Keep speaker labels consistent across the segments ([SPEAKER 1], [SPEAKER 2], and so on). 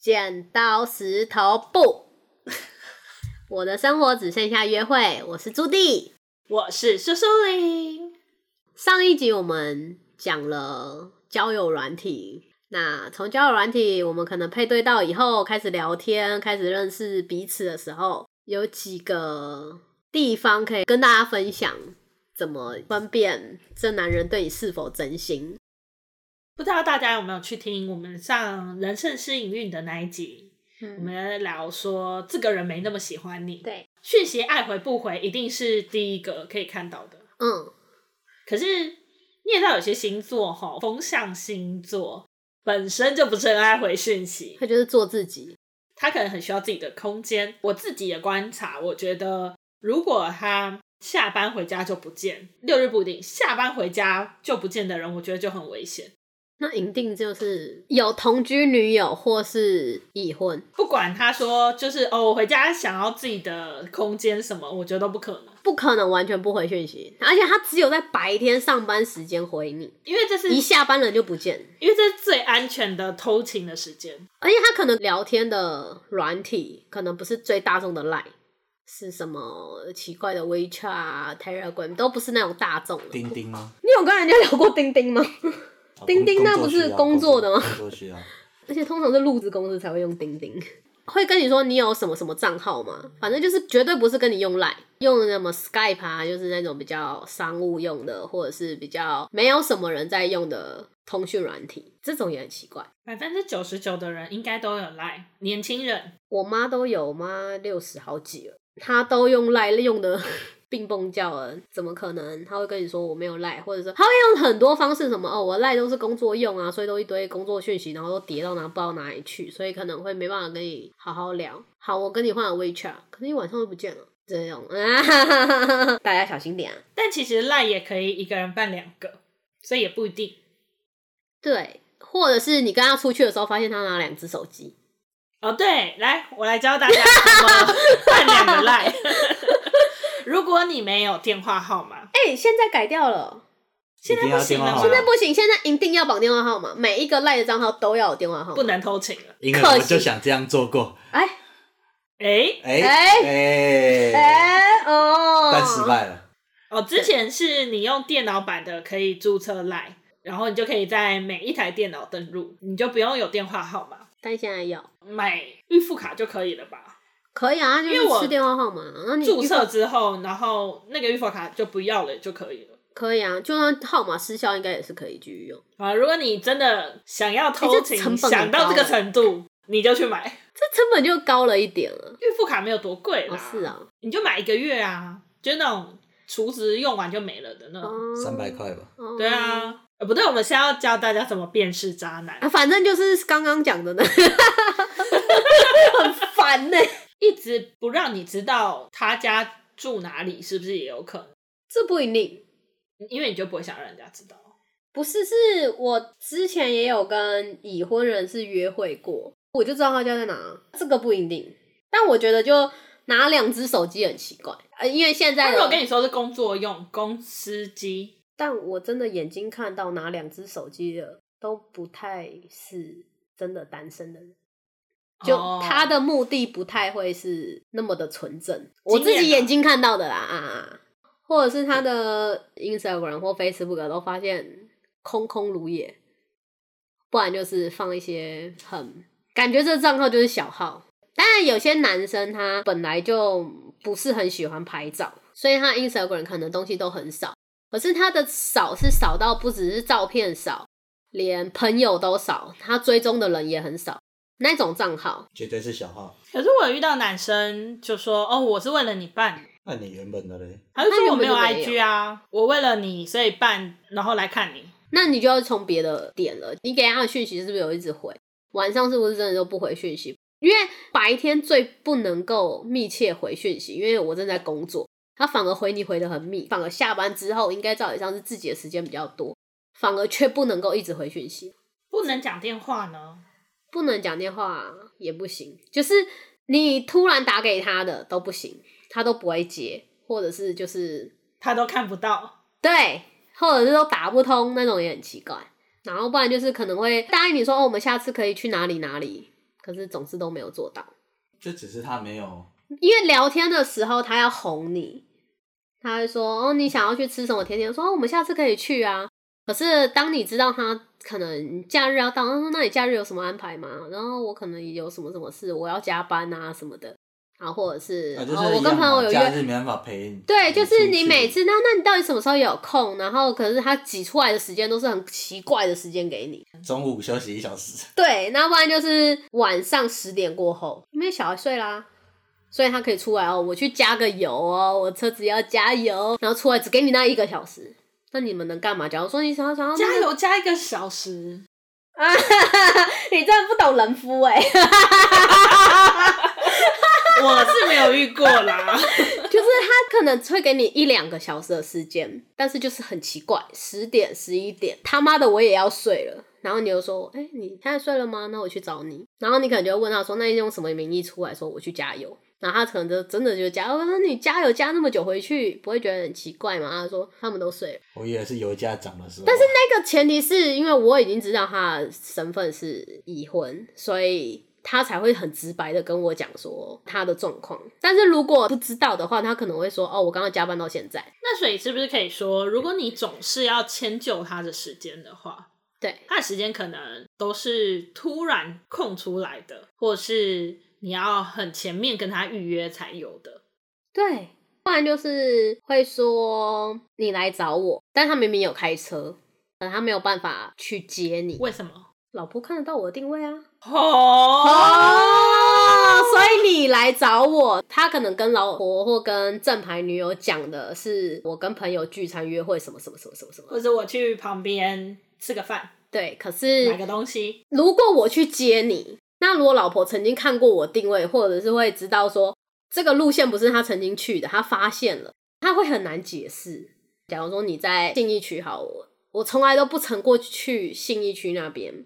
[SPEAKER 1] 剪刀石头布。 我的生活只剩下约会，我是朱棣。
[SPEAKER 2] 我是苏苏玲，
[SPEAKER 1] 上一集我们讲了交友软体，那从交友软体，我们可能配对到以后开始聊天，开始认识彼此的时候，有几个地方可以跟大家分享，怎么分辨这男人对你是否真心。
[SPEAKER 2] 不知道大家有没有去听我们上《人生是营运》的那一集？我们在聊说这个人没那么喜欢你，
[SPEAKER 1] 对，
[SPEAKER 2] 讯息爱回不回一定是第一个可以看到的。
[SPEAKER 1] 嗯，
[SPEAKER 2] 可是你也知道，有些星座哈，风象星座本身就不是很爱回讯息，
[SPEAKER 1] 他就是做自己。
[SPEAKER 2] 他可能很需要自己的空间。我自己的观察，我觉得如果他下班回家就不见，六日不一定，下班回家就不见的人，我觉得就很危险。
[SPEAKER 1] 那一定就是有同居女友或是已婚，
[SPEAKER 2] 不管他说就是哦，我回家想要自己的空间什么，我觉得都不可能，
[SPEAKER 1] 不可能完全不回讯息，而且他只有在白天上班时间回你，
[SPEAKER 2] 因为这是
[SPEAKER 1] 一下班人就不见，
[SPEAKER 2] 因为这是最安全的偷情的时间。
[SPEAKER 1] 而且他可能聊天的软体可能不是最大众的 Line，是什么奇怪的 WeChat 啊、Telegram 都不是那种大众的。
[SPEAKER 3] 钉钉吗？哦
[SPEAKER 1] 你有跟人家聊过钉钉吗？钉钉
[SPEAKER 3] 工
[SPEAKER 1] 那不是工作的吗
[SPEAKER 3] 工作需要，
[SPEAKER 1] 而且通常是入职公司才会用钉钉，会跟你说你有什么什么账号吗？反正就是绝对不是跟你用 Line，用什么 Skype 啊，就是那种比较商务用的，或者是比较没有什么人在用的通讯软体，这种也很奇怪。
[SPEAKER 2] 百分之九十九的人应该都有赖，年轻人
[SPEAKER 1] 我妈都有，我妈六十好几了，她都用赖用的 病蹦叫了，怎么可能？她会跟你说我没有赖，或者说她会用很多方式，什么哦，我赖都是工作用啊，所以都一堆工作讯息，然后都叠到哪不知道哪里去，所以可能会没办法跟你好好聊。好，我跟你换了 WeChat，可是你晚上就不见了，这种 啊，大家小心点啊。
[SPEAKER 2] 但其实赖也可以一个人办两个，所以也不一定。
[SPEAKER 1] 对，或者是你跟她出去的时候，发现她拿两只手机，
[SPEAKER 2] 哦，对，来，我来教大家怎么办两个赖。 如果你没有电话号码，
[SPEAKER 1] 哎、现在改掉了。
[SPEAKER 2] 现在
[SPEAKER 3] 一定
[SPEAKER 2] 不
[SPEAKER 3] 要
[SPEAKER 2] 行
[SPEAKER 3] 电话
[SPEAKER 2] 了，
[SPEAKER 3] 号
[SPEAKER 1] 现在
[SPEAKER 3] 码。
[SPEAKER 1] 不行，现在一定要绑电话号码，每一个赖的账号都要有电话号
[SPEAKER 2] 不
[SPEAKER 1] 码。
[SPEAKER 2] 能偷情了。
[SPEAKER 3] 因为
[SPEAKER 1] 客
[SPEAKER 3] 我
[SPEAKER 1] 气
[SPEAKER 3] 就想这样做过，
[SPEAKER 1] 哎
[SPEAKER 2] 哎、
[SPEAKER 3] 哎
[SPEAKER 1] 哎
[SPEAKER 3] 哎，
[SPEAKER 1] 哎哦，
[SPEAKER 3] 但失。败了。
[SPEAKER 2] 哦，之前是你用电脑版的可以注册 Line，然后你就可以在每一台电脑登录，你就不用有电话号码，
[SPEAKER 1] 但现在要
[SPEAKER 2] 买预付卡就可以了吧？
[SPEAKER 1] 可以啊，就
[SPEAKER 2] 因为
[SPEAKER 1] 是
[SPEAKER 2] 我
[SPEAKER 1] 吃电话号码，然后你
[SPEAKER 2] 注册之后，然后那个预付卡就不要了就可以了。
[SPEAKER 1] 可以啊，就算号码失效，应该也是可以继续用。
[SPEAKER 2] 啊，如果你真的想要偷
[SPEAKER 1] 哎这
[SPEAKER 2] 情，
[SPEAKER 1] 成本很
[SPEAKER 2] 想到这个
[SPEAKER 1] 高
[SPEAKER 2] 程度，你就去买
[SPEAKER 1] 这成本就高了一点了。
[SPEAKER 2] 预付卡，没有多贵啦、
[SPEAKER 1] 哦，是，啊，
[SPEAKER 2] 你就买一个月啊，就是那种储值用完就没了的那种。
[SPEAKER 1] 哦
[SPEAKER 3] 三百。块吧，
[SPEAKER 1] 哦
[SPEAKER 2] 对。啊，呃不对，我们现在要教大家怎么辨识渣男。
[SPEAKER 1] 啊，反正就是刚刚讲 的呢，很烦呢、
[SPEAKER 2] 一直不让你知道他家住哪里，是不是也有可能？
[SPEAKER 1] 这不一定，
[SPEAKER 2] 因为你就不会想让人家知道。
[SPEAKER 1] 不是，是我之前也有跟已婚人士约会过，我就知道他家在哪，这个不一定。但我觉得就拿两只手机很奇怪，呃，因为现在
[SPEAKER 2] 但
[SPEAKER 1] 的
[SPEAKER 2] 是我跟你说是工作用公司机，
[SPEAKER 1] 但我真的眼睛看到拿两只手机的都不太是真的单身的人，就
[SPEAKER 2] 哦
[SPEAKER 1] 他的目的不太会是那么的纯正。我自己
[SPEAKER 2] 经验啊
[SPEAKER 1] 眼睛看到的啦啊啊，啊或者是他的 Instagram 或 Facebook 都发现空空如也，不然就是放一些很感觉这账号就是小号。当然，有些男生他本来就不是很喜欢拍照，所以他 Instagram 可能东西都很少。可是他的少是少到不只是照片少，连朋友都少，他追踪的人也很少，那种账号
[SPEAKER 3] 绝对是小号。
[SPEAKER 2] 可是我有遇到男生就说哦，我是为了你办，
[SPEAKER 3] 那你原本的嘞？
[SPEAKER 2] 他就
[SPEAKER 1] 他
[SPEAKER 2] 说我
[SPEAKER 1] 原本
[SPEAKER 2] 没有
[SPEAKER 1] 就没有
[SPEAKER 2] IG 啊，我为了你所以办，然后来看你。
[SPEAKER 1] 那你就要从别的点了。你给他的讯息是不是有一直回？晚上是不是真的都不回讯息？因为白天最不能够密切回讯息，因为我正在工作，他反而回你回的很密，反而下班之后应该照理上是自己的时间比较多，反而却不能够一直回讯息。
[SPEAKER 2] 不能讲电话呢，
[SPEAKER 1] 不能讲电话也不行，就是你突然打给他的都不行，他都不会接，或者是就是
[SPEAKER 2] 他都看不到。
[SPEAKER 1] 对，或者是都打不通那种也很奇怪。然后不然就是可能会答应你说哦，我们下次可以去哪里哪里，可是总是都没有做到。
[SPEAKER 3] 就只是他没有，
[SPEAKER 1] 因为聊天的时候他要哄你，他会说：“哦，你想要去吃什么甜点？”说：“哦，我们下次可以去啊。”可是当你知道他可能假日要到，他说：“那你假日有什么安排吗？”然后我可能有什么什么事，我要加班啊什么的，啊，或者是、
[SPEAKER 3] 啊、就是
[SPEAKER 1] 哦，我
[SPEAKER 3] 一样
[SPEAKER 1] 跟朋友
[SPEAKER 3] 嘛
[SPEAKER 1] 有
[SPEAKER 3] 假
[SPEAKER 1] 约，
[SPEAKER 3] 日没办法陪你出去。
[SPEAKER 1] 对，就是你每次那那你到底什么时候有空？然后可是他挤出来的时间都是很奇怪的时间给你。
[SPEAKER 3] 中午休息一小时，
[SPEAKER 1] 对，那不然就是晚上十点过后，因为小孩睡啦，所以他可以出来哦。我去加个油哦，我车子要加油，然后出来只给你那一个小时。那你们能干嘛？假如说你想要想要
[SPEAKER 2] 加，油加一个小时，
[SPEAKER 1] 你真的不懂人夫哎、
[SPEAKER 2] 我是没有遇过啦。
[SPEAKER 1] 就是他可能会给你一两个小时的时间，但是就是很奇怪，十点、十一点，他妈的我也要睡了。然后你就说，哎、你现在睡了吗？那我去找你。然后你可能就会问他说，那你用什么名义出来说我去加油？然后他可能就真的就加油，我说你加油加那么久回去，不会觉得很奇怪吗？他说他们都睡了。
[SPEAKER 3] 我也是油价涨的时候。啊但是
[SPEAKER 1] 那个前提是因为我已经知道他的身份是已婚，所以他才会很直白的跟我讲说他的状况。但是如果不知道的话，他可能会说：“哦，我刚刚加班到现在。
[SPEAKER 2] 那所以是不是可以说，如果你总是要迁就他的时间的话，”
[SPEAKER 1] 对，
[SPEAKER 2] 他的时间可能都是突然空出来的，或是你要很前面跟他预约才有的。
[SPEAKER 1] 对，不然就是会说你来找我，但他明明有开车，可能他没有办法去接你。
[SPEAKER 2] 为什么？
[SPEAKER 1] 老婆看得到我的定位啊，
[SPEAKER 2] 哦，
[SPEAKER 1] 哦，所以你来找我，他可能跟老婆或跟正牌女友讲的是我跟朋友聚餐约会什么什么什么什么什么，
[SPEAKER 2] 或者我去旁边吃个饭，
[SPEAKER 1] 对。可
[SPEAKER 2] 买
[SPEAKER 1] 是
[SPEAKER 2] 个东西，
[SPEAKER 1] 如果我去接你，那如果老婆曾经看过我定位，或者是会知道说这个路线不是她曾经去的，她发现了，她会很难解释。假如说你在信义区好，我我从来都不曾过去信义区那边，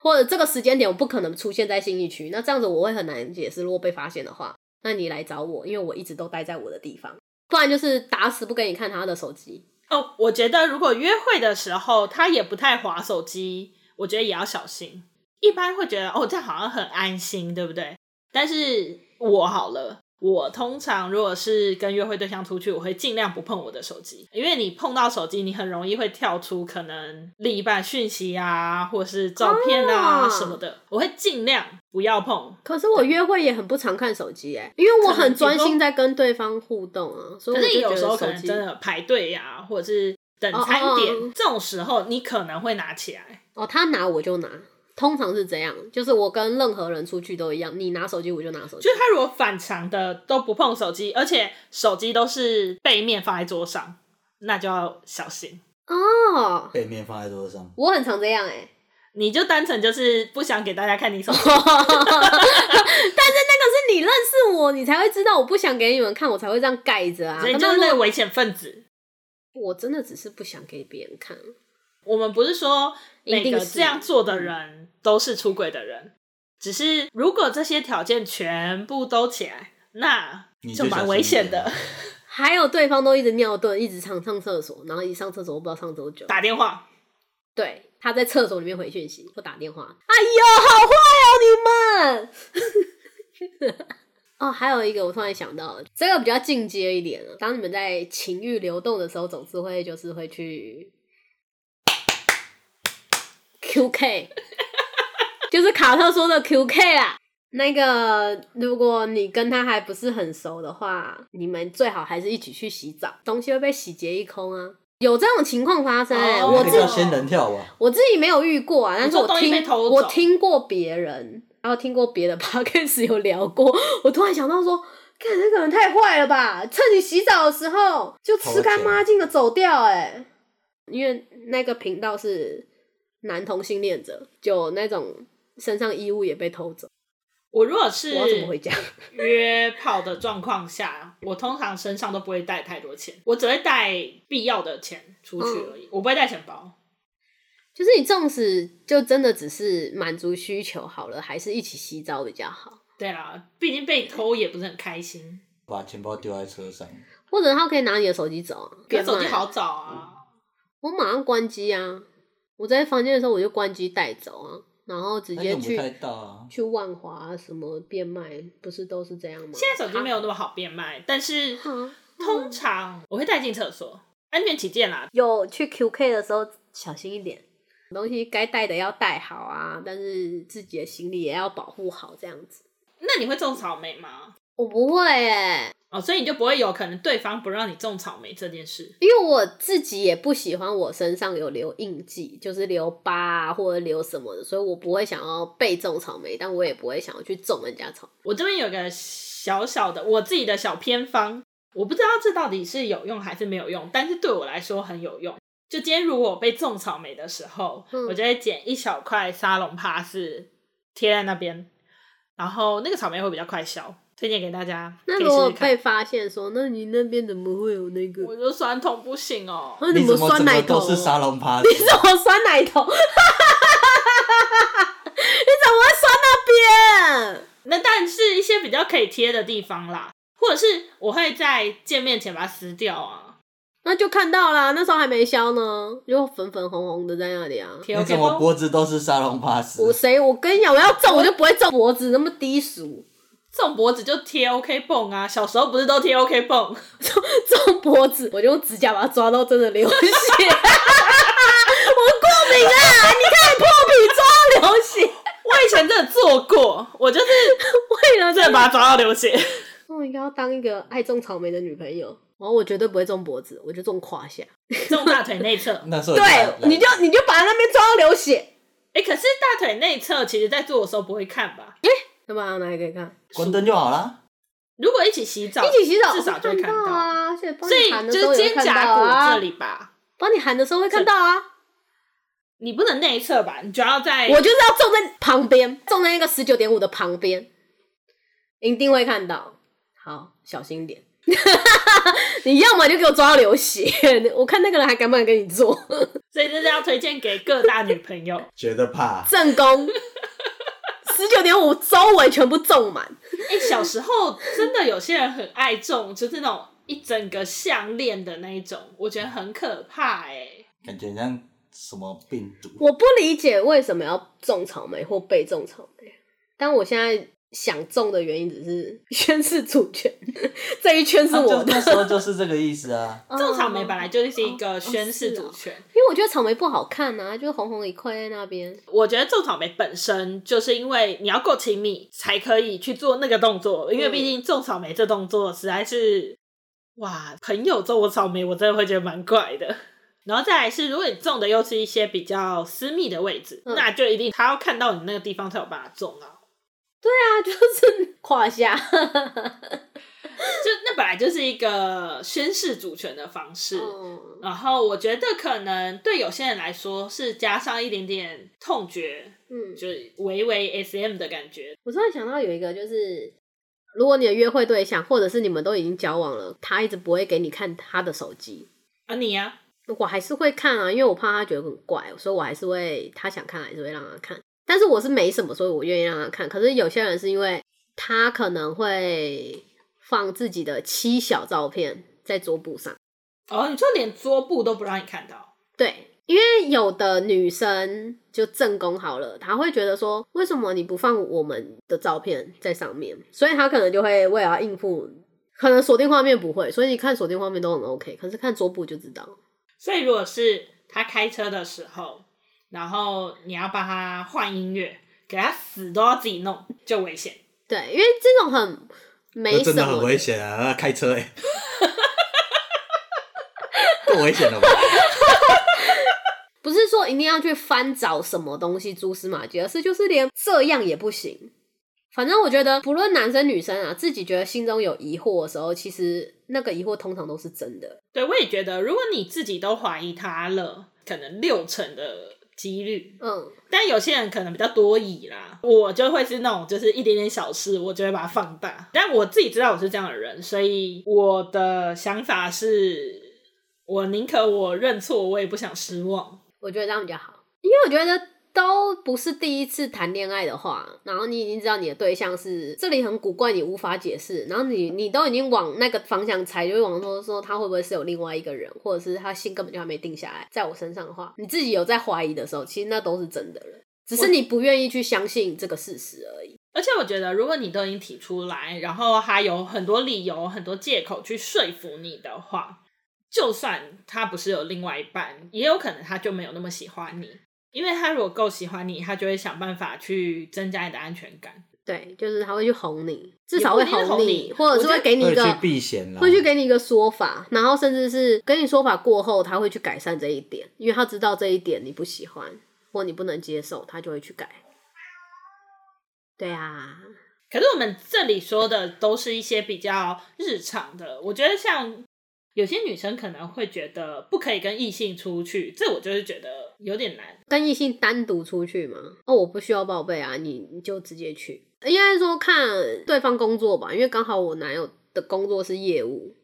[SPEAKER 1] 或者这个时间点我不可能出现在信义区，那这样子我会很难解释。如果被发现的话，那你来找我，因为我一直都待在我的地方，不然就是打死不给你看他的手机。
[SPEAKER 2] 哦，我觉得如果约会的时候他也不太划手机，我觉得也要小心。一般会觉得哦，这样好像很安心，对不对？但是我好了，我通常如果是跟约会对象出去，我会尽量不碰我的手机，因为你碰到手机，你很容易会跳出可能另一半讯息啊，或是照片啊
[SPEAKER 1] 哦
[SPEAKER 2] 什么的，我会尽量不要碰。
[SPEAKER 1] 可是我约会也很不常看手机哎、因为我很专心在跟对方互动啊，所以
[SPEAKER 2] 可
[SPEAKER 1] 我
[SPEAKER 2] 是
[SPEAKER 1] 就
[SPEAKER 2] 有
[SPEAKER 1] 觉
[SPEAKER 2] 时候
[SPEAKER 1] 得
[SPEAKER 2] 可
[SPEAKER 1] 手
[SPEAKER 2] 能
[SPEAKER 1] 机
[SPEAKER 2] 真的排队呀、或者是等
[SPEAKER 1] 哦哦
[SPEAKER 2] 餐点
[SPEAKER 1] 哦
[SPEAKER 2] 这种时候，你可能会拿起来。
[SPEAKER 1] 哦，他拿我就拿，通常是这样，就是我跟任何人出去都一样，你拿手机我就拿手机
[SPEAKER 2] 就，是他如果反常的都不碰手机，而且手机都是背面放在桌上，那就要小心。
[SPEAKER 1] 哦，
[SPEAKER 3] 背面放在桌上，
[SPEAKER 1] 我很常这样 哎、
[SPEAKER 2] 你就单纯就是不想给大家看你 手机，
[SPEAKER 1] 但是那个是你认识我，你才会知道我不想给你们看，我才会这样盖着啊。
[SPEAKER 2] 所以就
[SPEAKER 1] 那
[SPEAKER 2] 是
[SPEAKER 1] 如
[SPEAKER 2] 那
[SPEAKER 1] 果
[SPEAKER 2] 个危险分子。
[SPEAKER 1] 我真的只是不想给别人看，
[SPEAKER 2] 我们不是说
[SPEAKER 1] 一
[SPEAKER 2] 每
[SPEAKER 1] 定
[SPEAKER 2] 个
[SPEAKER 1] 是
[SPEAKER 2] 这样做的人都是出轨的人，只是如果这些条件全部都起来，那
[SPEAKER 3] 你
[SPEAKER 2] 就
[SPEAKER 3] 就小
[SPEAKER 2] 蛮
[SPEAKER 3] 心
[SPEAKER 2] 危
[SPEAKER 3] 一
[SPEAKER 2] 险
[SPEAKER 3] 点啊
[SPEAKER 2] 的。
[SPEAKER 1] 还有对方都一直尿遁，一直上上厕所，然后一上厕所我不知道上多久，
[SPEAKER 2] 打电话，
[SPEAKER 1] 对，他在厕所里面回讯息或打电话。哎呦，好坏哦，你们！ 哦，还有一个我突然想到，这个比较进阶一点了。当你们在情欲流动的时候，总是会就是会去 QK，就是卡特说的 QK 啦。那个，如果你跟他还不是很熟的话，你们最好还是一起去洗澡，东西会被洗劫一空啊。有这种情况发生、欸
[SPEAKER 2] 哦
[SPEAKER 1] 我
[SPEAKER 3] 那
[SPEAKER 1] 自
[SPEAKER 3] 个
[SPEAKER 1] 己
[SPEAKER 3] 叫仙人跳啊吧，
[SPEAKER 1] 我自己没有遇过啊，但是
[SPEAKER 2] 说
[SPEAKER 1] 我
[SPEAKER 2] 东西被
[SPEAKER 1] 听
[SPEAKER 2] 偷
[SPEAKER 1] 我
[SPEAKER 2] 走
[SPEAKER 1] 听过别人，然后听过别的 podcast 有聊过，我突然想到说，看那个人太坏了吧，趁你洗澡的时候就吃干抹净的走掉、欸，哎，因为那个频道是男同性恋者，就那种身上衣物也被偷走，
[SPEAKER 2] 我如果
[SPEAKER 1] 我
[SPEAKER 2] 是
[SPEAKER 1] 要怎么回家？
[SPEAKER 2] 约炮的状况下，我通常身上都不会带太多钱，我只会带必要的钱出去
[SPEAKER 1] 嗯
[SPEAKER 2] 而已，我不会带钱包。
[SPEAKER 1] 就是你纵使就真的只是满足需求好了，还是一起洗澡比较好，
[SPEAKER 2] 对啦，毕竟被偷也不是很开心，
[SPEAKER 3] 把钱包丢在车上，
[SPEAKER 1] 或者他可以拿你的手机走啊，
[SPEAKER 2] 可
[SPEAKER 1] 别
[SPEAKER 2] 是手机
[SPEAKER 1] 卖啊
[SPEAKER 2] 好找啊。
[SPEAKER 1] 我马上关机啊！我在房间的时候我就关机带走啊。然后直
[SPEAKER 3] 那
[SPEAKER 1] 接
[SPEAKER 3] 用不
[SPEAKER 1] 去
[SPEAKER 3] 太到啊。
[SPEAKER 1] 去万华什么变卖，不是都是这样吗？
[SPEAKER 2] 现在手机没有那么好变卖，但是
[SPEAKER 1] 啊
[SPEAKER 2] 通常我会带进厕所，安全起见啦。
[SPEAKER 1] 有去 QK 的时候小心一点，东西该带的要带好啊，但是自己的行李也要保护好，这样子。
[SPEAKER 2] 那你会种草莓吗？
[SPEAKER 1] 我不会诶，
[SPEAKER 2] 哦，所以你就不会有可能对方不让你种草莓这件事。
[SPEAKER 1] 因为我自己也不喜欢我身上有留印记，就是留疤啊或者留什么的，所以我不会想要被种草莓，但我也不会想要去种人家草莓。
[SPEAKER 2] 我这边有个小小的我自己的小偏方，我不知道这到底是有用还是没有用，但是对我来说很有用。就今天如果我被种草莓的时候，
[SPEAKER 1] 嗯
[SPEAKER 2] 我就会剪一小块沙龙帕斯贴在那边，然后那个草莓会比较快消，推荐给大家。
[SPEAKER 1] 那
[SPEAKER 2] 可以
[SPEAKER 1] 如果
[SPEAKER 2] 试试看
[SPEAKER 1] 被发现说，那你那边怎么会有那个？
[SPEAKER 2] 我就酸痛不行哦，
[SPEAKER 1] 那
[SPEAKER 3] 你怎么
[SPEAKER 1] 酸
[SPEAKER 3] 怎
[SPEAKER 1] 奶
[SPEAKER 3] 么
[SPEAKER 1] 头？
[SPEAKER 3] 都是 沙龙趴？
[SPEAKER 1] 你怎么酸奶头？ 你怎么会酸那边？
[SPEAKER 2] 那但是一些比较可以贴的地方啦，或者是我会在见面前把它撕掉啊，
[SPEAKER 1] 那就看到啦，那时候还没消呢，就粉粉红红的在那里啊。
[SPEAKER 2] 贴
[SPEAKER 3] 你
[SPEAKER 2] OK 哦
[SPEAKER 3] 怎么
[SPEAKER 2] 绷
[SPEAKER 3] 脖子都是沙龙趴？
[SPEAKER 1] 我谁？我跟你讲，我要种我就不会种脖子那么低俗，
[SPEAKER 2] 这种脖子就贴 OK 泵啊，小时候不是都贴 OK 泵？
[SPEAKER 1] 种脖子我就用指甲把它抓到真的流血。 我过敏啊！你看破皮抓到流 血，
[SPEAKER 2] 我以前真的做过，我就是
[SPEAKER 1] 为了
[SPEAKER 2] 真
[SPEAKER 1] 这
[SPEAKER 2] 的把它抓到流血。
[SPEAKER 1] 我应该要当一个爱种草莓的女朋友，然后我绝对不会种脖子，我就种胯下。
[SPEAKER 2] 这种大腿内侧，
[SPEAKER 3] 那时候来
[SPEAKER 1] 对，你就你就把那边抓到流血，
[SPEAKER 2] 哎、可是大腿内侧其实在做的时候不会看吧？
[SPEAKER 1] 那么还有哪里可以看？
[SPEAKER 3] 关灯就好啦。
[SPEAKER 2] 如果一起洗澡，
[SPEAKER 1] 一起洗澡
[SPEAKER 2] 至少就会
[SPEAKER 1] 会
[SPEAKER 2] 看
[SPEAKER 1] 到
[SPEAKER 2] 到。
[SPEAKER 1] 啊，而且帮
[SPEAKER 2] 所
[SPEAKER 1] 你
[SPEAKER 2] 以
[SPEAKER 1] 喊的时
[SPEAKER 2] 就
[SPEAKER 1] 候
[SPEAKER 2] 是
[SPEAKER 1] 也
[SPEAKER 2] 肩
[SPEAKER 1] 会看
[SPEAKER 2] 胛
[SPEAKER 1] 到
[SPEAKER 2] 骨
[SPEAKER 1] 啊
[SPEAKER 2] 这，里吧，
[SPEAKER 1] 帮你喊的时候会看到啊。
[SPEAKER 2] 你不能内侧吧？你就要在
[SPEAKER 1] 我就是要种在旁边，种在那个十九点五的旁边，一定会看到。好，小心点。 你要么就给我抓到流血，我看那个人还敢不敢跟你做
[SPEAKER 2] 所以这是要推荐给各大女朋友。
[SPEAKER 3] 觉得怕，
[SPEAKER 1] 正 宫。十九点五周围全部种满，
[SPEAKER 2] 哎、小时候真的有些人很爱种，就是那种一整个项链的那一种，我觉得很可怕哎、
[SPEAKER 1] 嗯
[SPEAKER 3] 感觉像什么病毒？
[SPEAKER 1] 我不理解为什么要种草莓或被种草莓，但我现在想种的原因只是 宣示主权， 这一圈是
[SPEAKER 3] 那啊就
[SPEAKER 1] 我的。
[SPEAKER 3] 那时候就是这个意思啊。
[SPEAKER 2] 哦 种草莓本来就是一
[SPEAKER 1] 哦
[SPEAKER 2] 个宣示
[SPEAKER 1] 是哦
[SPEAKER 2] 主权，
[SPEAKER 1] 因为我觉得草莓不好看啊，就红红一块在那边。
[SPEAKER 2] 我觉得种草莓本身就是因为你要够亲密才可以去做那个动作，因为
[SPEAKER 1] 嗯
[SPEAKER 2] 毕竟种草莓这动作实在是，哇，朋友种我草莓，我真的会觉得蛮怪的。 然后再来是，如果你种的又是一些比较私密的位置，
[SPEAKER 1] 嗯
[SPEAKER 2] 那就一定他要看到你那个地方才有办法种啊。
[SPEAKER 1] 那就是胯 下。
[SPEAKER 2] 就那本来就是一个宣示主权的方式。
[SPEAKER 1] 嗯
[SPEAKER 2] 然后我觉得可能对有些人来说是加上一点点痛觉，
[SPEAKER 1] 嗯，
[SPEAKER 2] 就是微微 SM 的感觉，
[SPEAKER 1] 我突然想到有一个，就是如果你的约会对象，或者是你们都已经交往了，他一直不会给你看他的手机，
[SPEAKER 2] 啊，你呀、
[SPEAKER 1] 我还是会看啊，因为我怕他觉得很怪，所以我还是会他想看还是会让他看。但是我是没什么，所以我愿意让他看。可是有些人是因为他可能会放自己的妻小照片在桌布上。
[SPEAKER 2] 哦，你说连桌布都不让你看到，
[SPEAKER 1] 对，因为有的女生就正宫好了，她会觉得说，为什么你不放我们的照片在上面？所以她可能就会为了要应付，可能锁定画面不会，所以你看锁定画面都很 OK，可是看桌布就知道。
[SPEAKER 2] 所以如果是他开车的时候，然后你要帮他换音乐，给他死都要自己弄，就危险。
[SPEAKER 1] 对，因为这种很没
[SPEAKER 3] 那
[SPEAKER 1] 什
[SPEAKER 3] 真
[SPEAKER 1] 么
[SPEAKER 3] 的很危险啊！开车 哎、欸，够危险了吧？
[SPEAKER 1] 不是说一定要去翻找什么东西蛛丝马迹，而是就是连这样也不行。反正我觉得，不论男生女生啊，自己觉得心中有疑惑的时候，其实那个疑惑通常都是真的。
[SPEAKER 2] 对我也觉得，如果你自己都怀疑他了，可能六成的几率
[SPEAKER 1] 嗯，
[SPEAKER 2] 但有些人可能比较多疑啦，我就会是那种就是一点点小事，我就会把它放大。但我自己知道我是这样的人，所以我的想法是，我宁可我认错，我也不想失望。
[SPEAKER 1] 我觉得这样比较好，因为我觉得都不是第一次谈恋爱的话，然后你已经知道你的对象是这里很古怪，你无法解释，然后你你都已经往那个方向猜，就会往说说他会不会是有另外一个人，或者是他心根本就还没定下来，在我身上的话，你自己有在怀疑的时候，其实那都是真的了。只是你不愿意去相信这个事实而已。
[SPEAKER 2] 而且我觉得，如果你都已经提出来，然后他有很多理由、很多借口去说服你的话，就算他不是有另外一半，也有可能他就没有那么喜欢你。因为他如果够喜欢你，他就会想办法去增加你的安全感。
[SPEAKER 1] 对，就是他会去哄你，至
[SPEAKER 2] 也
[SPEAKER 1] 少
[SPEAKER 2] 不
[SPEAKER 1] 会
[SPEAKER 2] 一定是哄
[SPEAKER 1] 你
[SPEAKER 2] 你，
[SPEAKER 1] 或者是
[SPEAKER 2] 我觉
[SPEAKER 1] 会
[SPEAKER 2] 得
[SPEAKER 1] 给你一
[SPEAKER 3] 会
[SPEAKER 1] 个
[SPEAKER 3] 去避嫌啦，
[SPEAKER 1] 会去给你一个说法，然后甚至是跟你说法过后，他会去改善这一点，因为他知道这一点你不喜欢或你不能接受，他就会去改。对啊，
[SPEAKER 2] 可是我们这里说的都是一些比较日常的，我觉得像有些女生可能会觉得不可以跟异性出去，这我就是觉得有点难。
[SPEAKER 1] 跟异性单独出去嘛，哦，我不需要报备啊，你你就直接去。应该说看对方工作吧，因为刚好我男友的工作是业务，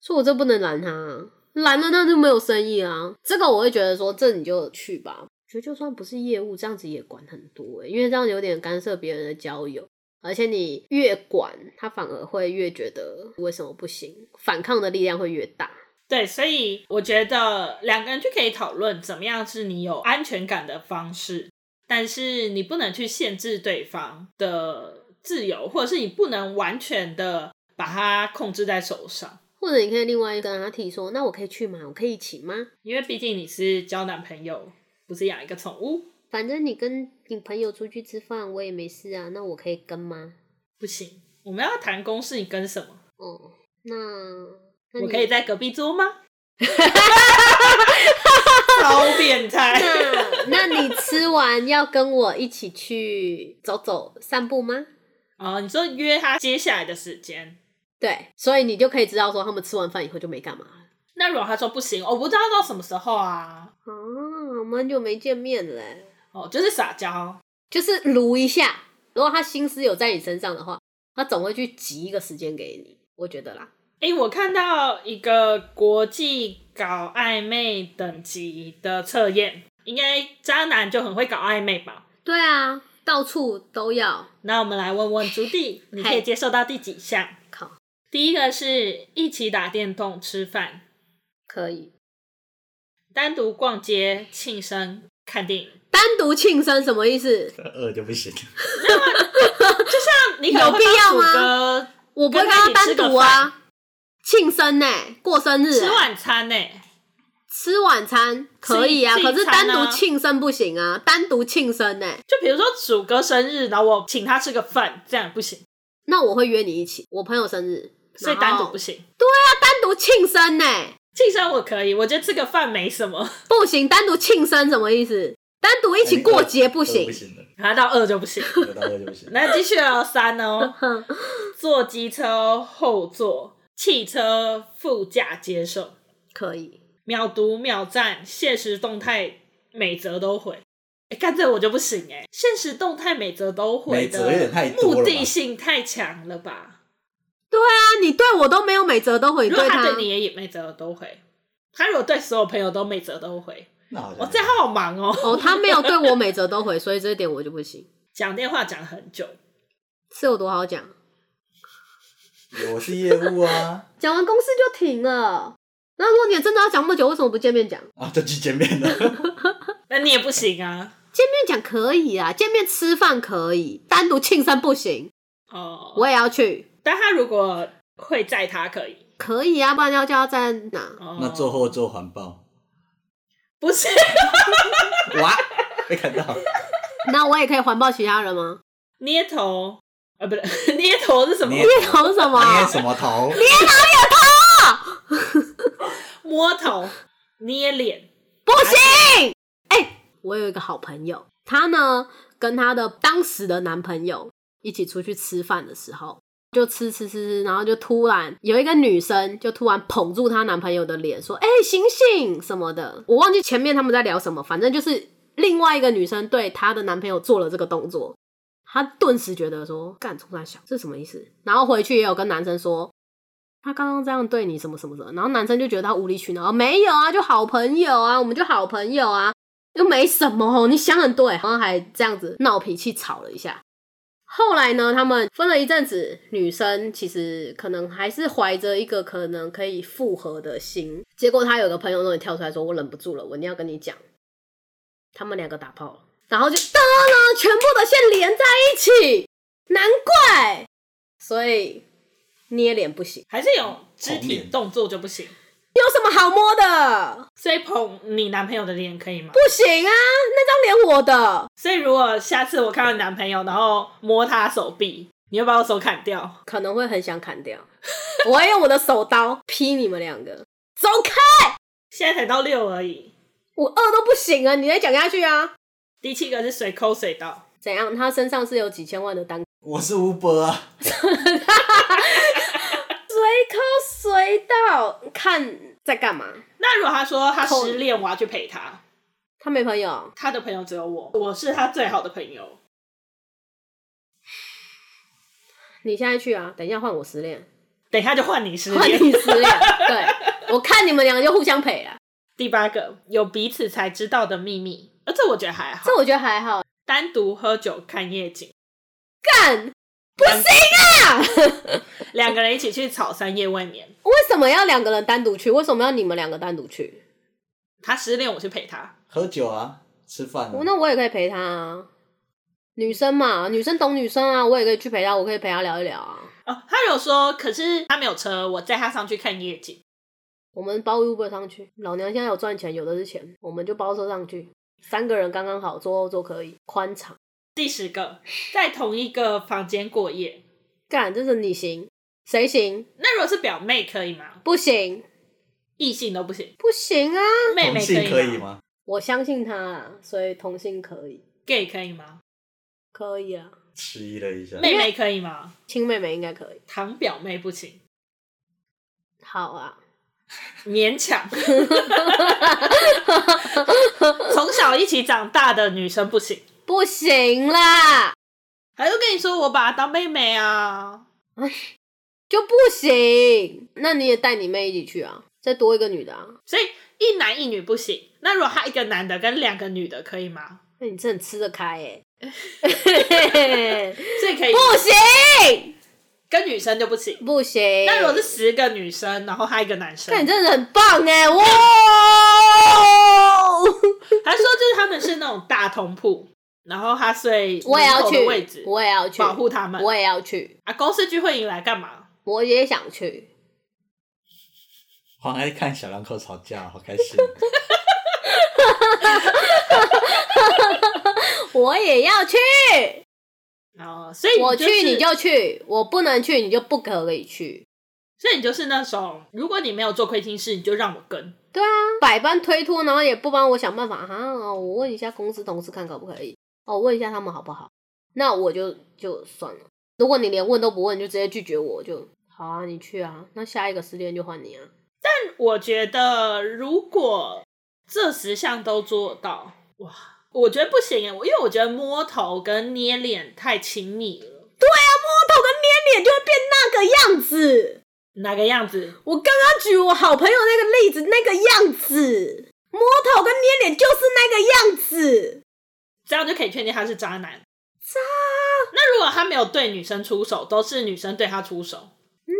[SPEAKER 1] 所以我这不能拦他、啊，拦了那就没有生意啊。这个我会觉得说，这你就去吧。觉得就算不是业务，这样子也管很多、欸，因为这样有点干涉别人的交友，而且你越管他，反而会越觉得为什么不行，反抗的力量会越大。
[SPEAKER 2] 对，所以我觉得两个人就可以讨论怎么样是你有安全感的方式，但是你不能去限制对方的自由，或者是你不能完全的把它控制在手上，
[SPEAKER 1] 或者你可以另外跟他提说，那我可以去吗？我可以一起吗？
[SPEAKER 2] 因为毕竟你是交男朋友，不是养一个宠物，
[SPEAKER 1] 反正你跟你朋友出去吃饭，我也没事啊，那我可以跟吗？
[SPEAKER 2] 不行。我们要谈公事，你跟什么？
[SPEAKER 1] 哦，那那
[SPEAKER 2] 我
[SPEAKER 1] 你
[SPEAKER 2] 可以在隔壁桌吗？超变态！
[SPEAKER 1] 那那你吃完要跟我一起去走走散步吗？
[SPEAKER 2] 哦，你说约他接下来的时间，
[SPEAKER 1] 对，所以你就可以知道说他们吃完饭以后就没干嘛了。
[SPEAKER 2] 那如果他说不行，我不知道到什么时候啊，
[SPEAKER 1] 啊，我们很久没见面了欸，
[SPEAKER 2] 哦，就是撒娇，
[SPEAKER 1] 就是撸一下。如果他心思有在你身上的话，他总会去挤一个时间给你，我觉得啦。
[SPEAKER 2] 诶，我看到一个国际搞暧昧等级的测验，应该渣男就很会搞暧昧吧？
[SPEAKER 1] 对啊，到处都要
[SPEAKER 2] 那我们来问问朱棣，你可以接受到第几项？
[SPEAKER 1] 靠，
[SPEAKER 2] 第一个是一起打电动、吃饭、
[SPEAKER 1] 可以
[SPEAKER 2] 单独逛街、庆生、看电影。
[SPEAKER 1] 单独庆生什么意思？
[SPEAKER 3] 饿就不行。
[SPEAKER 2] 你可能
[SPEAKER 1] 有
[SPEAKER 2] 会
[SPEAKER 1] 必要
[SPEAKER 2] 帮
[SPEAKER 1] 吗
[SPEAKER 2] 楚哥
[SPEAKER 1] 我不会
[SPEAKER 2] 跟
[SPEAKER 1] 跟
[SPEAKER 2] 他
[SPEAKER 1] 他
[SPEAKER 2] 一起吃
[SPEAKER 1] 单
[SPEAKER 2] 个
[SPEAKER 1] 独啊。庆生呢、过生日欸、
[SPEAKER 2] 吃晚餐呢、
[SPEAKER 1] 吃晚餐可以啊，
[SPEAKER 2] 自己
[SPEAKER 1] 可
[SPEAKER 2] 自己
[SPEAKER 1] 是单
[SPEAKER 2] 餐
[SPEAKER 1] 独
[SPEAKER 2] 啊
[SPEAKER 1] 庆生不行啊，单独庆生欸呢、
[SPEAKER 2] 就比如说楚哥生日，然后我请他吃个饭，这样不行，
[SPEAKER 1] 那我会约你一起。我朋友生日，
[SPEAKER 2] 所以单独不
[SPEAKER 1] 然后
[SPEAKER 2] 行。
[SPEAKER 1] 单独庆生呢、欸
[SPEAKER 2] 庆生我可以，我觉得吃个饭没什么，
[SPEAKER 1] 不行。单独庆生什么意思？单独一起过节不
[SPEAKER 3] 饿
[SPEAKER 1] 行
[SPEAKER 3] 哎不。行的，
[SPEAKER 2] 拿到饿就不行。
[SPEAKER 3] 饿到饿就不行。
[SPEAKER 2] 那继续哦，三
[SPEAKER 1] 嗯
[SPEAKER 2] 哦，坐机车后座、汽车副驾接受，
[SPEAKER 1] 可以，
[SPEAKER 2] 秒读秒赞，现实动态每则都回。哎、干这我就不行哎、现实动态每则都回
[SPEAKER 3] 每则有
[SPEAKER 2] 的
[SPEAKER 3] 点太多了吧
[SPEAKER 2] 目的性太强了吧？
[SPEAKER 1] 那啊你对我都没有每则都回，
[SPEAKER 2] 如果
[SPEAKER 1] 对
[SPEAKER 2] 他
[SPEAKER 1] 他
[SPEAKER 2] 对你也每则都回，他如果对所有朋友都每则都回，
[SPEAKER 3] 那好像
[SPEAKER 2] 我这样好忙哦。
[SPEAKER 1] 哦，他没有对我每则都回，所以这一点我就不行。
[SPEAKER 2] 讲电话讲很久，
[SPEAKER 1] 是有多好讲？
[SPEAKER 3] 我是业务啊，
[SPEAKER 1] 讲完公事就停了。那如果你真的要讲那么久，为什么不见面讲？
[SPEAKER 3] 啊，就去见面了。
[SPEAKER 2] 那你也不行啊。
[SPEAKER 1] 见面讲可以啊，见面吃饭可以，单独庆生不行，
[SPEAKER 2] 哦，
[SPEAKER 1] 我也要去。
[SPEAKER 2] 但他如果会载他可以。
[SPEAKER 1] 可以啊，不然要叫他站哪？
[SPEAKER 2] 哦，
[SPEAKER 3] 那做后做环保，
[SPEAKER 2] 不是
[SPEAKER 3] 哇，被看到，
[SPEAKER 1] 那我也可以环抱其他人吗？
[SPEAKER 2] 捏头，呃，不是 捏头是什么
[SPEAKER 3] 捏？
[SPEAKER 1] 别头什
[SPEAKER 3] 捏
[SPEAKER 1] 么？
[SPEAKER 3] 啊什么头？
[SPEAKER 2] 摸头、捏脸，
[SPEAKER 1] 不行！哎、我有一个好朋友，她呢跟她的当时的男朋友一起出去吃饭的时候，就吃吃吃吃，然后就突然有一个女生就突然捧住她男朋友的脸说：“哎、醒醒什么的。”我忘记前面他们在聊什么，反正就是另外一个女生对她的男朋友做了这个动作，她顿时觉得说：“干，冲他小，这什么意思？”然后回去也有跟男生说。他刚刚这样对你什么什么的，然后男生就觉得他无理取闹，没有啊，就好朋友啊，我们就好朋友啊，又没什么哦，你想很对，然后还这样子闹脾气，吵了一下。后来呢，他们分了一阵子，女生其实可能还是怀着一个可能可以复合的心，结果她有个朋友终于跳出来说：“我忍不住了，我一定要跟你讲。”他们两个打炮了，然后就哒啦，全部的线连在一起，难怪。所以捏脸不行，
[SPEAKER 2] 还是有肢
[SPEAKER 3] 红
[SPEAKER 2] 体
[SPEAKER 3] 脸
[SPEAKER 2] 动作就不行。
[SPEAKER 1] 有什么好摸的？
[SPEAKER 2] 所以捧你男朋友的脸可以吗？
[SPEAKER 1] 不行啊，那张脸我的，
[SPEAKER 2] 所以如果下次我看到你男朋友，然后摸他手臂，你会把我手砍掉？
[SPEAKER 1] 可能会很想砍掉。 我会用我的手刀劈你们两个，走开！
[SPEAKER 2] 现在才到六而已。
[SPEAKER 1] 我饿都不行啊，你再讲下去啊。
[SPEAKER 2] 第七个是随抠随到，
[SPEAKER 1] 怎样？他身上是有几千万的单，
[SPEAKER 3] 我是吴伯啊，
[SPEAKER 1] 随抠随到，看在干嘛？
[SPEAKER 2] 那如果他说他失恋，我要去陪他。
[SPEAKER 1] 他没朋友，
[SPEAKER 2] 他的朋友只有我，我是他最好的朋友。
[SPEAKER 1] 你现在去啊，等一下换我失恋，
[SPEAKER 2] 等一下就换你失
[SPEAKER 1] 换
[SPEAKER 2] 恋。
[SPEAKER 1] 你失 恋。对，我看你们两个就互相陪了，
[SPEAKER 2] 第八个有彼此才知道的秘密，呃，这我觉得还好。
[SPEAKER 1] 这我觉得还好。
[SPEAKER 2] 单独喝酒看夜景，
[SPEAKER 1] 干，
[SPEAKER 2] 不行。
[SPEAKER 1] 啊
[SPEAKER 2] 两个人一起去草山夜未眠，
[SPEAKER 1] 为什么要两个人单独去？为什么要你们两个单独去？
[SPEAKER 2] 他失恋我去陪他。
[SPEAKER 3] 喝酒啊，吃饭
[SPEAKER 1] 我
[SPEAKER 3] 啊，
[SPEAKER 1] 那我也可以陪他啊，女生嘛，女生懂女生啊，我也可以去陪她，我可以陪她聊一聊啊。
[SPEAKER 2] 哦，他有说，可是他没有车，我载他上去看夜景。
[SPEAKER 1] 我们包 Uber 上去，老娘现在有赚钱，有的是钱，我们就包车上去，三个人刚刚好，坐后座可以，宽敞。
[SPEAKER 2] 第十个，在同一个房间过夜。
[SPEAKER 1] 干，这是你行，谁行？
[SPEAKER 2] 那如果是表妹可以吗？
[SPEAKER 1] 不行，
[SPEAKER 2] 异性都不行，
[SPEAKER 1] 不行啊！
[SPEAKER 2] 妹
[SPEAKER 3] 同
[SPEAKER 2] 妹
[SPEAKER 3] 性可以
[SPEAKER 2] 以吗
[SPEAKER 3] 吗？
[SPEAKER 1] 我相信他啦，所以同性可以，
[SPEAKER 2] ？gay 可以吗？
[SPEAKER 1] 可以啊，
[SPEAKER 3] 迟疑了一下，
[SPEAKER 2] 妹妹可以吗？
[SPEAKER 1] 亲妹妹应该可以。
[SPEAKER 2] 堂表妹不行，
[SPEAKER 1] 好啊，
[SPEAKER 2] 勉 强。从小一起长大的女生不行，
[SPEAKER 1] 不行啦，
[SPEAKER 2] 还是跟你说我把她当妹妹啊？
[SPEAKER 1] 就不行。那你也带你妹一起去啊，再多一个女的啊。
[SPEAKER 2] 所以一男一女不行。那如果他一个男的跟两个女的可以吗？
[SPEAKER 1] 那、你真的吃得开哎、欸，
[SPEAKER 2] 所以可 以
[SPEAKER 1] 不行
[SPEAKER 2] 跟女生就不行。
[SPEAKER 1] 不行。
[SPEAKER 2] 那如果是十个女生，然后他一个男生
[SPEAKER 1] 那，你真的很棒哎、 哇！
[SPEAKER 2] 他说就是他们是那种大通铺，然后他睡
[SPEAKER 1] 我也
[SPEAKER 2] 门
[SPEAKER 1] 要
[SPEAKER 2] 口
[SPEAKER 1] 去
[SPEAKER 2] 的位置，，
[SPEAKER 1] 我也要去，
[SPEAKER 2] 保护他们。
[SPEAKER 1] 我也要去，
[SPEAKER 2] 啊，公司聚会你来干嘛？
[SPEAKER 1] 我也想去。
[SPEAKER 3] 黄爱看小两口吵架，好 开心。
[SPEAKER 1] 我也要去，
[SPEAKER 2] 然后所以
[SPEAKER 1] 我
[SPEAKER 2] 就
[SPEAKER 1] 去
[SPEAKER 2] 是
[SPEAKER 1] 你就去，我不能去你就不可以去。
[SPEAKER 2] 所以你就是那种，如果你没有做亏心事，你就让我跟。
[SPEAKER 1] 对啊，百般推脱，然后也不帮我想办法哈、我问一下公司同事看可不可以，哦，问一下他们好不好？那我就就算了。如果你连问都不问，就直接拒绝我，就好啊，你去啊。那下一个失恋就换你啊。
[SPEAKER 2] 我觉得如果这十项都做到，哇，我觉得不行耶，因为我觉得摸头跟捏脸太亲密了。
[SPEAKER 1] 摸头跟捏脸就会变那个样子。
[SPEAKER 2] 哪个样子？
[SPEAKER 1] 我刚刚举我好朋友那个例子，那个样子，摸头跟捏脸就是那个样子。
[SPEAKER 2] 这样就可以确定他是渣男。渣。那如果他没有对女生出手，都是女生对他出手，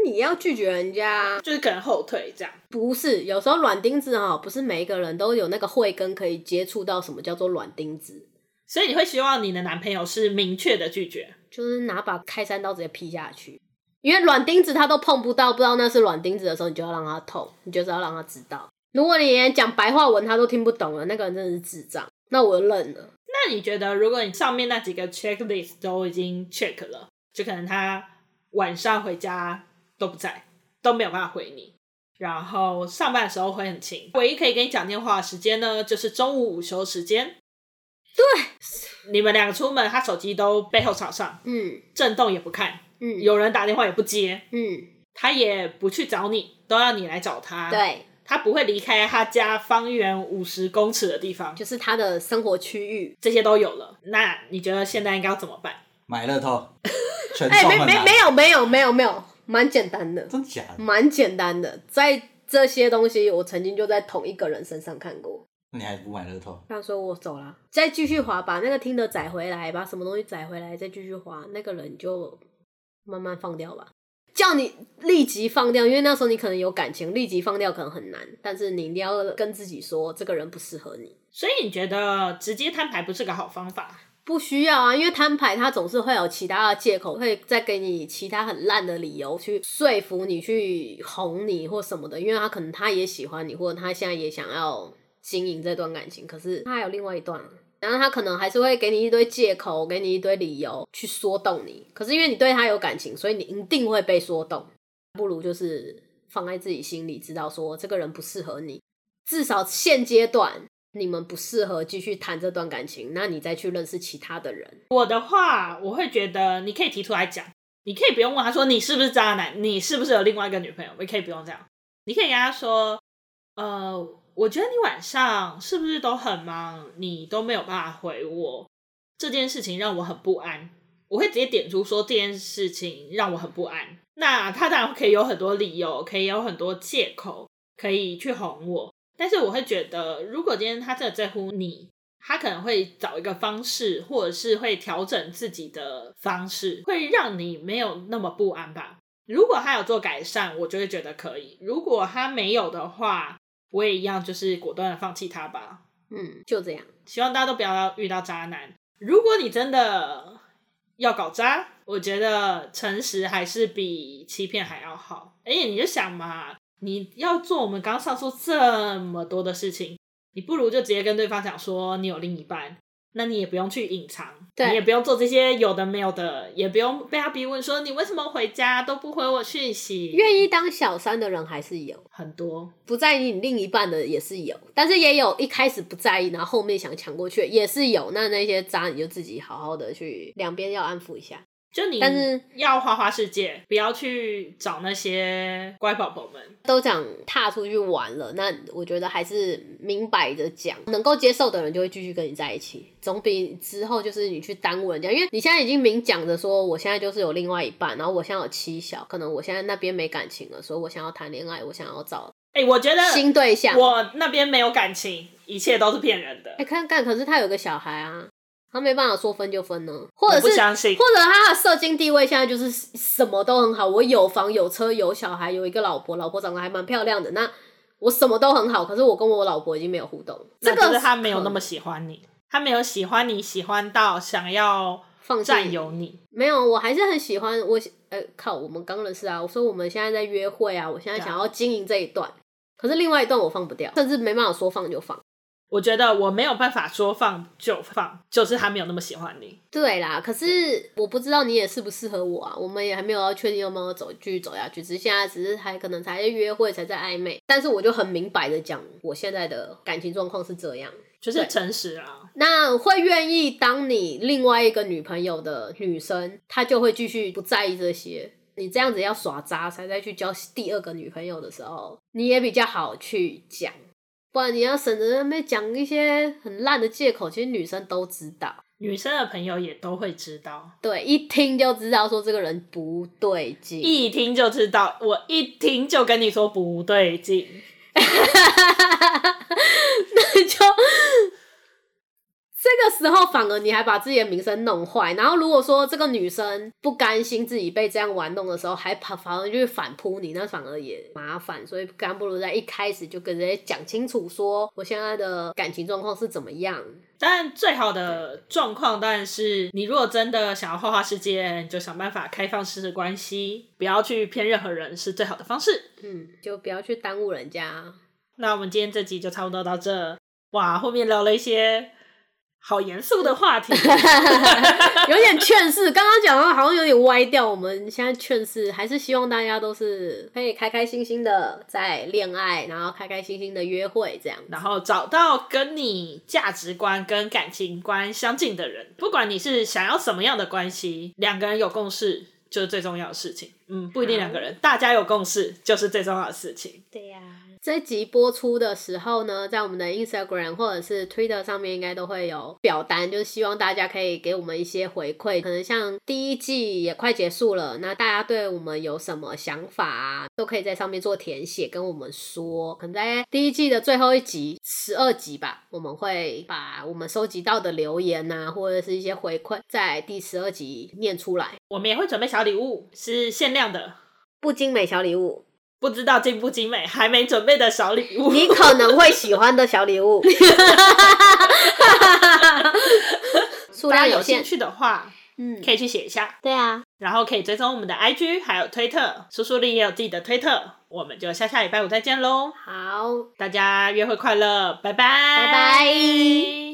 [SPEAKER 1] 你要拒绝人家，
[SPEAKER 2] 就是可能后退这样。
[SPEAKER 1] 不是有时候软钉子哈、不是每一个人都有那个慧根可以接触到什么叫做软钉子，
[SPEAKER 2] 所以你会希望你的男朋友是明确的拒绝。
[SPEAKER 1] 就是拿把开山刀直接劈下去。因为软钉子他都碰不到，不知道那是软钉子的时候，你就要让他痛，你就是要让他知道。如果你连讲白话文他都听不懂了，那个人真的是智障，那我就认了。
[SPEAKER 2] 那你觉得，如果你上面那几个 checklist 都已经 check 了，就可能他晚上回家都不在，都没有办法回你，然后上班的时候会很勤，唯一可以跟你讲电话的时间呢，就是中午午休时间。对，你们两个出门，他手机都背后朝上，
[SPEAKER 1] 嗯
[SPEAKER 2] 震动也不看，
[SPEAKER 1] 嗯
[SPEAKER 2] 有人打电话也不接，
[SPEAKER 1] 嗯，
[SPEAKER 2] 他也不去找你，都要你来找他。，
[SPEAKER 1] 对。
[SPEAKER 2] 他不会离开他家方圆五十公尺的地方，
[SPEAKER 1] 就是他的生活区域。
[SPEAKER 2] 这些都有了。那你觉得现在应该要怎么办？
[SPEAKER 3] 买乐透，全
[SPEAKER 1] 哎、
[SPEAKER 3] 中
[SPEAKER 1] 没
[SPEAKER 3] 很
[SPEAKER 1] 没
[SPEAKER 3] 难，
[SPEAKER 1] 没有没有没有没有，蛮简单的，
[SPEAKER 3] 真假的？
[SPEAKER 1] 蛮简单的。在这些东西，我曾经就在同一个人身上看过。
[SPEAKER 3] 那你还不买乐透？
[SPEAKER 1] 他说我走了，再继续滑，把那个听的载回来，把什么东西载回来，再继续滑，那个人就慢慢放掉吧。叫你立即放掉，因为那时候你可能有感情，立即放掉可能很难，但是你一定要跟自己说，这个人不适合你。
[SPEAKER 2] 所以你觉得直接摊牌不是个好方法？
[SPEAKER 1] 不需要啊，因为摊牌他总是会有其他的借口，会再给你其他很烂的理由去说服你、去哄你或什么的。因为他可能他也喜欢你，或者他现在也想要经营这段感情，可是他还有另外一段啊，然后他可能还是会给你一堆借口，给你一堆理由去说动你。可是因为你对他有感情，所以你一定会被说动。不如就是放在自己心里，知道说这个人不适合你，至少现阶段你们不适合继续谈这段感情，那你再去认识其他的人。
[SPEAKER 2] 我的话，我会觉得你可以提出来讲，你可以不用问他说你是不是渣男，你是不是有另外一个女朋友，你可以不用这样，你可以跟他说，呃，我觉得你晚上是不是都很忙，你都没有办法回我，这件事情让我很不安。我会直接点出说这件事情让我很不安。那他当然可以有很多理由，可以有很多借口，可以去哄我。但是我会觉得，如果今天他真的在乎你，他可能会找一个方式，或者是会调整自己的方式，会让你没有那么不安吧。如果他有做改善，我就会觉得可以；如果他没有的话，我也一样，就是果断的放弃他吧。
[SPEAKER 1] 嗯，就这样。
[SPEAKER 2] 希望大家都不要遇到渣男。如果你真的要搞渣，我觉得诚实还是比欺骗还要好。而且你就想嘛，你要做我们刚刚上述这么多的事情，你不如就直接跟对方讲说你有另一半，那你也不用去隐藏，
[SPEAKER 1] 对
[SPEAKER 2] 你也不用做这些有的没有的，也不用被他逼问说你为什么回家都不回我讯息。
[SPEAKER 1] 愿意当小三的人还是有，
[SPEAKER 2] 很多，
[SPEAKER 1] 不在意你另一半的也是有，但是也有一开始不在意，然后后面想抢过去的也是有。那那些渣你就自己好好的去两边要安抚一下。
[SPEAKER 2] 就你
[SPEAKER 1] 但是
[SPEAKER 2] 要花花世界，不要去找那些乖宝宝们。
[SPEAKER 1] 都讲踏出去玩了，那我觉得还是明摆着讲，能够接受的人就会继续跟你在一起，总比之后就是你去耽误人家，因为你现在已经明讲着说，我现在就是有另外一半，然后我现在有妻小，可能我现在那边没感情了，所以我想要谈恋爱，我想要找
[SPEAKER 2] 哎、我觉得
[SPEAKER 1] 新对象。
[SPEAKER 2] 我那边没有感情，一切都是骗人的
[SPEAKER 1] 哎、。看看，可是他有个小孩啊，他没办法说分就分呢，或者
[SPEAKER 2] 我不
[SPEAKER 1] 是
[SPEAKER 2] 相信
[SPEAKER 1] 或者他的社经地位现在就是什么都很好，我有房有车有小孩有一个老婆，老婆长得还蛮漂亮的，那我什么都很好，可是我跟我老婆已经没有互动，这
[SPEAKER 2] 那就
[SPEAKER 1] 个嗯
[SPEAKER 2] 是他没有那
[SPEAKER 1] 可
[SPEAKER 2] 么喜欢你，他没有喜欢你，喜欢到想要
[SPEAKER 1] 放弃
[SPEAKER 2] 占有你。
[SPEAKER 1] 没有，我还是很喜欢我喜，呃，靠，我们刚认识啊，我说我们现在在约会啊，我现在
[SPEAKER 2] 对啊
[SPEAKER 1] 想要经营这一段，可是另外一段我放不掉，甚至没办法说放就放。
[SPEAKER 2] 我觉得我没有办法说放就放，就是他没有那么喜欢你。
[SPEAKER 1] 对啦，可是我不知道你也适不适合我啊，我们也还没有要确定有没有走继续走下去，只是现在只是还可能才在约会，才在暧昧，但是我就很明白的讲，我现在的感情状况是这样。
[SPEAKER 2] 就是
[SPEAKER 1] 对
[SPEAKER 2] 诚实啊，
[SPEAKER 1] 那会愿意当你另外一个女朋友的女生，她就会继续不在意这些。你这样子要耍渣，才再去交第二个女朋友的时候，你也比较好去讲，不然你要省着在那边讲一些很烂的借口，其实女生都知道。
[SPEAKER 2] 女生的朋友也都会知道，
[SPEAKER 1] 对，一听就知道说这个人不对劲。
[SPEAKER 2] 一听就知道。我一听就跟你说不对劲，
[SPEAKER 1] 那 就这个时候，反而你还把自己的名声弄坏。然后如果说这个女生不甘心自己被这样玩弄的时候，还反反而就是反扑你，那反而也麻烦。所以干不如在一开始就跟人家讲清楚，说我现在的感情状况是怎么样。
[SPEAKER 2] 但最好的状况当然是，你如果真的想要花花世界，你就想办法开放式的关系，不要去骗任何人，是最好的方式。
[SPEAKER 1] 嗯，就不要去耽误人家。
[SPEAKER 2] 那我们今天这集就差不多到这。哇，后面聊了一些好严肃的话题，
[SPEAKER 1] 有点劝世，刚刚讲的好像有点歪掉。我们现在劝世，还是希望大家都是可以开开心心的在恋爱，然后开开心心的约会，这样
[SPEAKER 2] 然后找到跟你价值观跟感情观相近的人，不管你是想要什么样的关系，两个人有共识就是最重要的事情。嗯，不一定两个人，大家有共识就是最重要的事情。
[SPEAKER 1] 对呀、这集播出的时候呢，在我们的 Instagram 或者是 Twitter 上面应该都会有表单，就是希望大家可以给我们一些回馈。可能像第一季也快结束了，那大家对我们有什么想法啊，都可以在上面做填写跟我们说。可能在第一季的最后一集，十二集吧，我们会把我们收集到的留言啊，或者是一些回馈，在第十二集念出来。
[SPEAKER 2] 我们也会准备小礼物，是限量的。
[SPEAKER 1] 不精美小礼物，
[SPEAKER 2] 不知道精不精美，还没准备的小礼物。
[SPEAKER 1] 你可能会喜欢的小礼物， 数
[SPEAKER 2] 大家
[SPEAKER 1] 量
[SPEAKER 2] 有兴
[SPEAKER 1] 限。
[SPEAKER 2] 趣的话，
[SPEAKER 1] 嗯，
[SPEAKER 2] 可以去写一下，
[SPEAKER 1] 对啊，
[SPEAKER 2] 然后可以追踪我们的 IG，还有推特，叔叔里也有自己的推特。我们就下下礼拜五再见喽，
[SPEAKER 1] 好，
[SPEAKER 2] 大家约会快乐，拜拜，
[SPEAKER 1] 拜拜。